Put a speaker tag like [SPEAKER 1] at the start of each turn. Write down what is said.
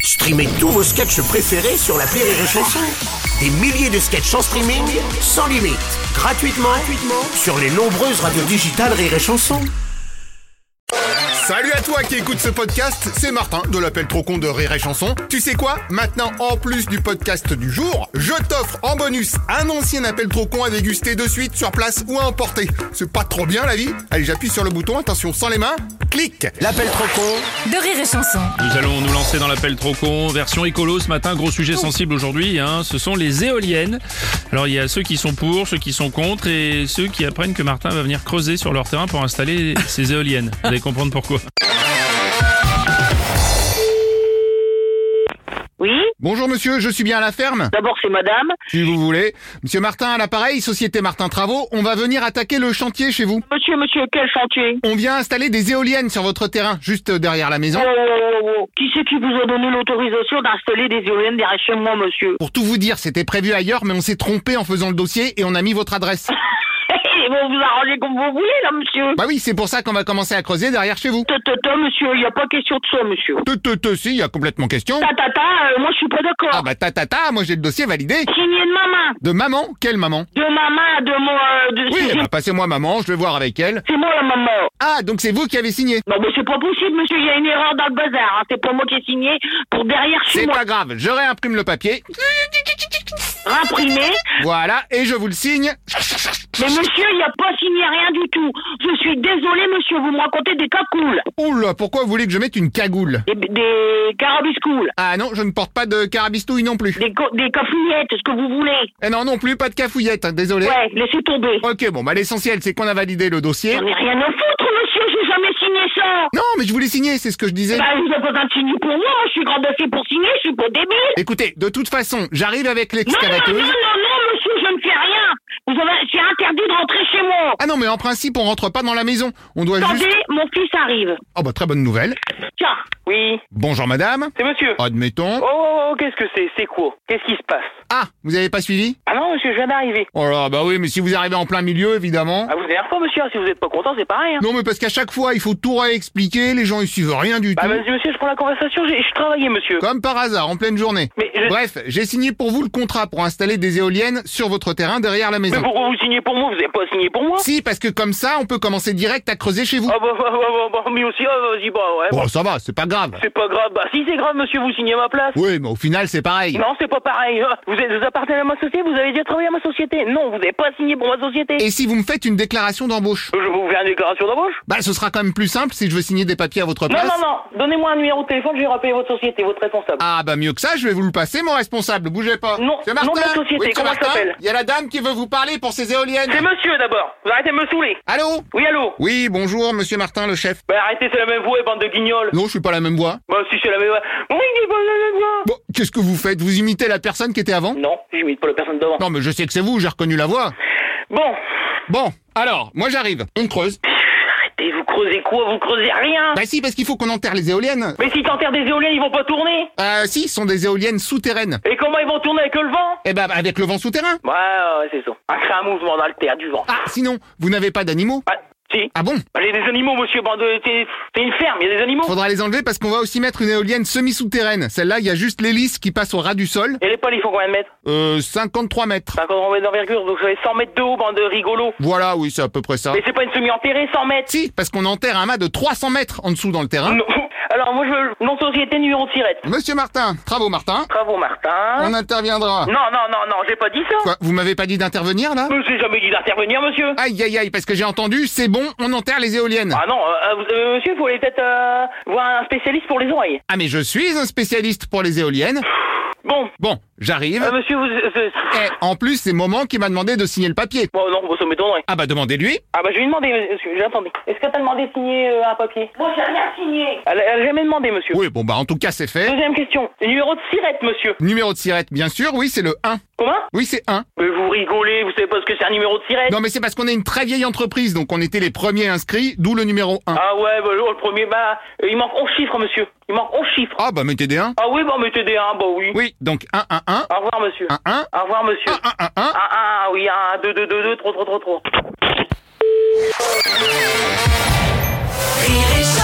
[SPEAKER 1] Streamez tous vos sketchs préférés sur la Rire et Chanson. Des milliers de sketchs en streaming, sans limite, gratuitement, gratuitement sur les nombreuses radios digitales Rire et Chanson.
[SPEAKER 2] Salut à toi qui écoute ce podcast, c'est Martin de l'appel trop con de Rire et Chanson. Tu sais quoi Maintenant, en plus du podcast du jour, je t'offre en bonus un ancien appel trop con à déguster de suite sur place ou à emporter. C'est pas trop bien la vie Allez, j'appuie sur le bouton, attention, sans les mains, clique
[SPEAKER 1] L'appel trop con
[SPEAKER 3] de rire et chanson.
[SPEAKER 4] Nous allons nous lancer dans l'appel trop con, version écolo ce matin, gros sujet sensible aujourd'hui, hein, ce sont les éoliennes. Alors il y a ceux qui sont pour, ceux qui sont contre et ceux qui apprennent que Martin va venir creuser sur leur terrain pour installer ses éoliennes. Vous allez comprendre pourquoi.
[SPEAKER 5] Oui,
[SPEAKER 2] Bonjour monsieur, je suis bien à la ferme
[SPEAKER 5] d'abord c'est madame.
[SPEAKER 2] Si vous voulez. Monsieur Martin à l'appareil, société Martin Travaux, on va venir attaquer le chantier chez vous.
[SPEAKER 5] Monsieur, monsieur, quel chantier
[SPEAKER 2] On vient installer des éoliennes sur votre terrain, juste derrière la maison.
[SPEAKER 5] Oh, oh, oh, oh. Qui c'est qui vous a donné l'autorisation d'installer des éoliennes derrière chez moi, monsieur
[SPEAKER 2] Pour tout vous dire, c'était prévu ailleurs, mais on s'est trompé en faisant le dossier et on a mis votre adresse.
[SPEAKER 5] Et vous vous arrangez comme vous voulez, là, monsieur.
[SPEAKER 2] Bah oui, c'est pour ça qu'on va commencer à creuser derrière chez vous.
[SPEAKER 5] Ta, ta, ta, monsieur, il n'y a pas question de ça, monsieur.
[SPEAKER 2] Te, te, te, si, y a complètement question.
[SPEAKER 5] Ta, ta, ta, euh, moi, je suis pas d'accord.
[SPEAKER 2] Ah bah ta ta ta, moi j'ai le dossier validé.
[SPEAKER 5] Signé de ma main.
[SPEAKER 2] De maman Quelle maman
[SPEAKER 5] De ma main, de mon... euh, de...
[SPEAKER 2] Oui,
[SPEAKER 5] c'est-
[SPEAKER 2] bah passez-moi maman, je vais voir avec elle.
[SPEAKER 5] C'est moi, la maman.
[SPEAKER 2] Ah, donc c'est vous qui avez signé
[SPEAKER 5] Non, mais c'est pas possible, monsieur. Il y a une erreur dans le bazar. hein. C'est pas moi qui ai signé pour derrière chez
[SPEAKER 2] C'est
[SPEAKER 5] moi.
[SPEAKER 2] pas grave, je réimprime le papier.
[SPEAKER 5] Imprimé.
[SPEAKER 2] Voilà, et je vous le signe.
[SPEAKER 5] Mais monsieur, il n'y a pas signé rien du tout. Je suis désolé, monsieur. Vous me racontez des cacoules.
[SPEAKER 2] Oula, pourquoi vous voulez que je mette une cagoule
[SPEAKER 5] Des, des carabiscoules.
[SPEAKER 2] Ah non, je ne porte pas de carabistouille non plus.
[SPEAKER 5] Des, co- des cafouillettes, ce que vous voulez.
[SPEAKER 2] Eh non non plus, pas de cafouillette, hein, désolé.
[SPEAKER 5] Ouais, laissez tomber.
[SPEAKER 2] Ok, bon, bah l'essentiel c'est qu'on a validé le dossier.
[SPEAKER 5] J'en ai rien à foutre, monsieur, j'ai jamais signé ça.
[SPEAKER 2] Non, mais je voulais signer, c'est ce que je disais.
[SPEAKER 5] Bah, vous avez besoin de signer pour moi, moi, je suis grande assez pour signer, je suis pas débile.
[SPEAKER 2] Écoutez, de toute façon, j'arrive avec
[SPEAKER 5] Non, non, non, non,
[SPEAKER 2] l'excavateuse.
[SPEAKER 5] non, non, monsieur, je ne fais rien. Vous avez, c'est interdit de rentrer chez moi.
[SPEAKER 2] Ah non, mais en principe, on rentre pas dans la maison. On doit juste...
[SPEAKER 5] Attendez, mon fils arrive.
[SPEAKER 2] Oh bah très bonne nouvelle.
[SPEAKER 5] Tiens,
[SPEAKER 6] Oui,
[SPEAKER 2] Bonjour madame.
[SPEAKER 6] c'est monsieur. Oh,
[SPEAKER 2] Admettons.
[SPEAKER 6] oh, oh, qu'est-ce que c'est C'est quoi Qu'est-ce qui se passe
[SPEAKER 2] Ah, vous avez pas suivi
[SPEAKER 6] Ah non, monsieur, je viens d'arriver.
[SPEAKER 2] Oh là, bah oui, mais si vous arrivez en plein milieu, évidemment.
[SPEAKER 6] Ah, vous avez pas, monsieur Si vous êtes pas content, c'est pareil. Hein.
[SPEAKER 2] Non, mais parce qu'à chaque fois, il faut tout réexpliquer, les gens ils suivent rien du
[SPEAKER 6] Bah,
[SPEAKER 2] tout.
[SPEAKER 6] vas-y, monsieur, je prends la conversation, j'ai- je travaillais, monsieur.
[SPEAKER 2] Comme par hasard, en pleine journée.
[SPEAKER 6] Mais je-
[SPEAKER 2] Bref, j'ai signé pour vous le contrat pour installer des éoliennes sur votre terrain derrière la
[SPEAKER 6] Mais
[SPEAKER 2] maison.
[SPEAKER 6] pourquoi vous signez pour moi Vous avez pas signé pour moi
[SPEAKER 2] Si, parce que comme ça, on peut commencer direct à creuser chez vous.
[SPEAKER 6] Ah, bah, bah, bah, bah, bah, mais aussi, ah, vas-y, bah, ouais.
[SPEAKER 2] Bon, ça va, c'est pas grave.
[SPEAKER 6] C'est pas grave. Bah, si c'est grave, monsieur, vous signez à ma place.
[SPEAKER 2] Oui, mais au final, c'est pareil.
[SPEAKER 6] Non, c'est pas pareil. hein. Vous, êtes, vous appartenez à ma société, vous avez déjà travaillé à ma société. Non, vous n'avez pas signé pour ma société.
[SPEAKER 2] Et si vous me faites une déclaration d'embauche
[SPEAKER 6] Je vais vous faire une déclaration d'embauche
[SPEAKER 2] Bah, ce sera quand même plus simple si je veux signer des papiers à votre
[SPEAKER 6] Non,
[SPEAKER 2] place.
[SPEAKER 6] non, non. Donnez-moi un numéro de téléphone, je vais rappeler votre société, votre responsable.
[SPEAKER 2] Ah bah mieux que ça, je vais vous le passer, mon responsable. Bougez pas.
[SPEAKER 6] Non,
[SPEAKER 2] c'est
[SPEAKER 6] nom
[SPEAKER 2] Martin.
[SPEAKER 6] de la société,
[SPEAKER 2] Oui, c'est
[SPEAKER 6] comment
[SPEAKER 2] Martin.
[SPEAKER 6] ça s'appelle
[SPEAKER 2] Il y a la dame qui veut vous parler pour ses éoliennes.
[SPEAKER 6] C'est monsieur d'abord. Vous arrêtez de me saouler.
[SPEAKER 2] Allô
[SPEAKER 6] Oui, allô
[SPEAKER 2] Oui, bonjour, monsieur Martin, le chef.
[SPEAKER 6] Bah arrêtez, c'est la même voix, bande de guignols.
[SPEAKER 2] Non, je suis pas la même voix.
[SPEAKER 6] Bah si, c'est la même voix. Oui, c'est pas la même voix.
[SPEAKER 2] Bon, qu'est-ce que vous faites Vous imitez la personne qui était avant
[SPEAKER 6] Non, j'imite pas la personne devant.
[SPEAKER 2] Non, mais je sais que c'est vous, j'ai reconnu la voix.
[SPEAKER 6] Bon,
[SPEAKER 2] Bon, alors, moi j'arrive. On creuse.
[SPEAKER 6] arrêtez, vous creusez quoi Vous creusez rien.
[SPEAKER 2] Bah si, parce qu'il faut qu'on enterre les éoliennes.
[SPEAKER 6] Mais si t'enterres des éoliennes, ils vont pas tourner.
[SPEAKER 2] Euh, si, ce sont des éoliennes souterraines.
[SPEAKER 6] Et comment ils vont tourner avec le vent
[SPEAKER 2] Eh ben, avec le vent souterrain.
[SPEAKER 6] Ouais, ouais, ouais, c'est ça. Un crée un mouvement dans le terre du vent.
[SPEAKER 2] Ah, sinon, vous n'avez pas d'animaux
[SPEAKER 6] Ah, si.
[SPEAKER 2] Ah bon
[SPEAKER 6] Bah, j'ai des animaux, monsieur, bande de... T'es t'es une ferme, il y a des animaux.
[SPEAKER 2] Faudra les enlever parce qu'on va aussi mettre une éolienne semi-souterraine. Celle-là, il y a juste l'hélice qui passe au ras du sol.
[SPEAKER 6] Et les pales, ils font combien de mètres
[SPEAKER 2] Euh, 53 mètres.
[SPEAKER 6] 50 mètres d'envergure, donc ça fait 100 mètres de haut, bande de rigolos.
[SPEAKER 2] Voilà, oui, c'est à peu près ça.
[SPEAKER 6] Mais c'est pas une semi-enterrée, 100 mètres.
[SPEAKER 2] Si, parce qu'on enterre un mât de 300 mètres en dessous dans le terrain.
[SPEAKER 6] Non. Alors moi je veux non société numéro de tirette.
[SPEAKER 2] Monsieur Martin, travaux Martin,
[SPEAKER 6] Bravo Martin.
[SPEAKER 2] on interviendra.
[SPEAKER 6] Hein Non non non non, j'ai pas dit ça.
[SPEAKER 2] Quoi, Ah. vous m'avez pas dit d'intervenir là
[SPEAKER 6] Je n'ai jamais dit d'intervenir monsieur.
[SPEAKER 2] Aïe aïe aïe, parce que j'ai entendu, c'est bon, on enterre les éoliennes.
[SPEAKER 6] Ah non, euh, vous- euh, monsieur, faut aller peut-être euh, voir un spécialiste pour les oreilles.
[SPEAKER 2] Ah mais je suis un spécialiste pour les éoliennes.
[SPEAKER 6] Bon,
[SPEAKER 2] Bon, j'arrive.
[SPEAKER 6] euh, monsieur, vous... euh, euh,
[SPEAKER 2] Et en plus, c'est Moment qui m'a demandé de signer le papier.
[SPEAKER 6] bon non, vous ça m'étonnerait.
[SPEAKER 2] Ah bah demandez-lui.
[SPEAKER 6] Ah bah je vais lui demander, monsieur, j'ai attendu. Est-ce que t'as demandé de signer euh, un papier Moi j'ai rien signé. Elle, elle a jamais demandé monsieur.
[SPEAKER 2] Oui, bon bah en tout cas c'est fait.
[SPEAKER 6] Deuxième question, numéro de sirette monsieur.
[SPEAKER 2] Numéro de sirette, bien sûr, oui, c'est le 1.
[SPEAKER 6] Comment
[SPEAKER 2] Oui, c'est 1.
[SPEAKER 6] Mais vous rigolez, vous savez pas ce que c'est un numéro de sirette
[SPEAKER 2] Non mais c'est parce qu'on est une très vieille entreprise, donc on était les premiers inscrits, d'où le numéro 1.
[SPEAKER 6] Ah ouais, bah, le premier, bah, euh, il manque 11 chiffres monsieur. Il manque 11 chiffres.
[SPEAKER 2] Ah bah mettez des 1.
[SPEAKER 6] Ah oui, bah mettez des 1, bah oui.
[SPEAKER 2] Oui, donc 1, 1, 1,
[SPEAKER 6] Au revoir, monsieur.
[SPEAKER 2] 1, 1,
[SPEAKER 6] Au revoir, monsieur.
[SPEAKER 2] 1, 1, 1.
[SPEAKER 6] Ah, ah, oui, ah, 2, 2, 2, 2, 3, 3, 3, 3.
[SPEAKER 3] Rire et chanson.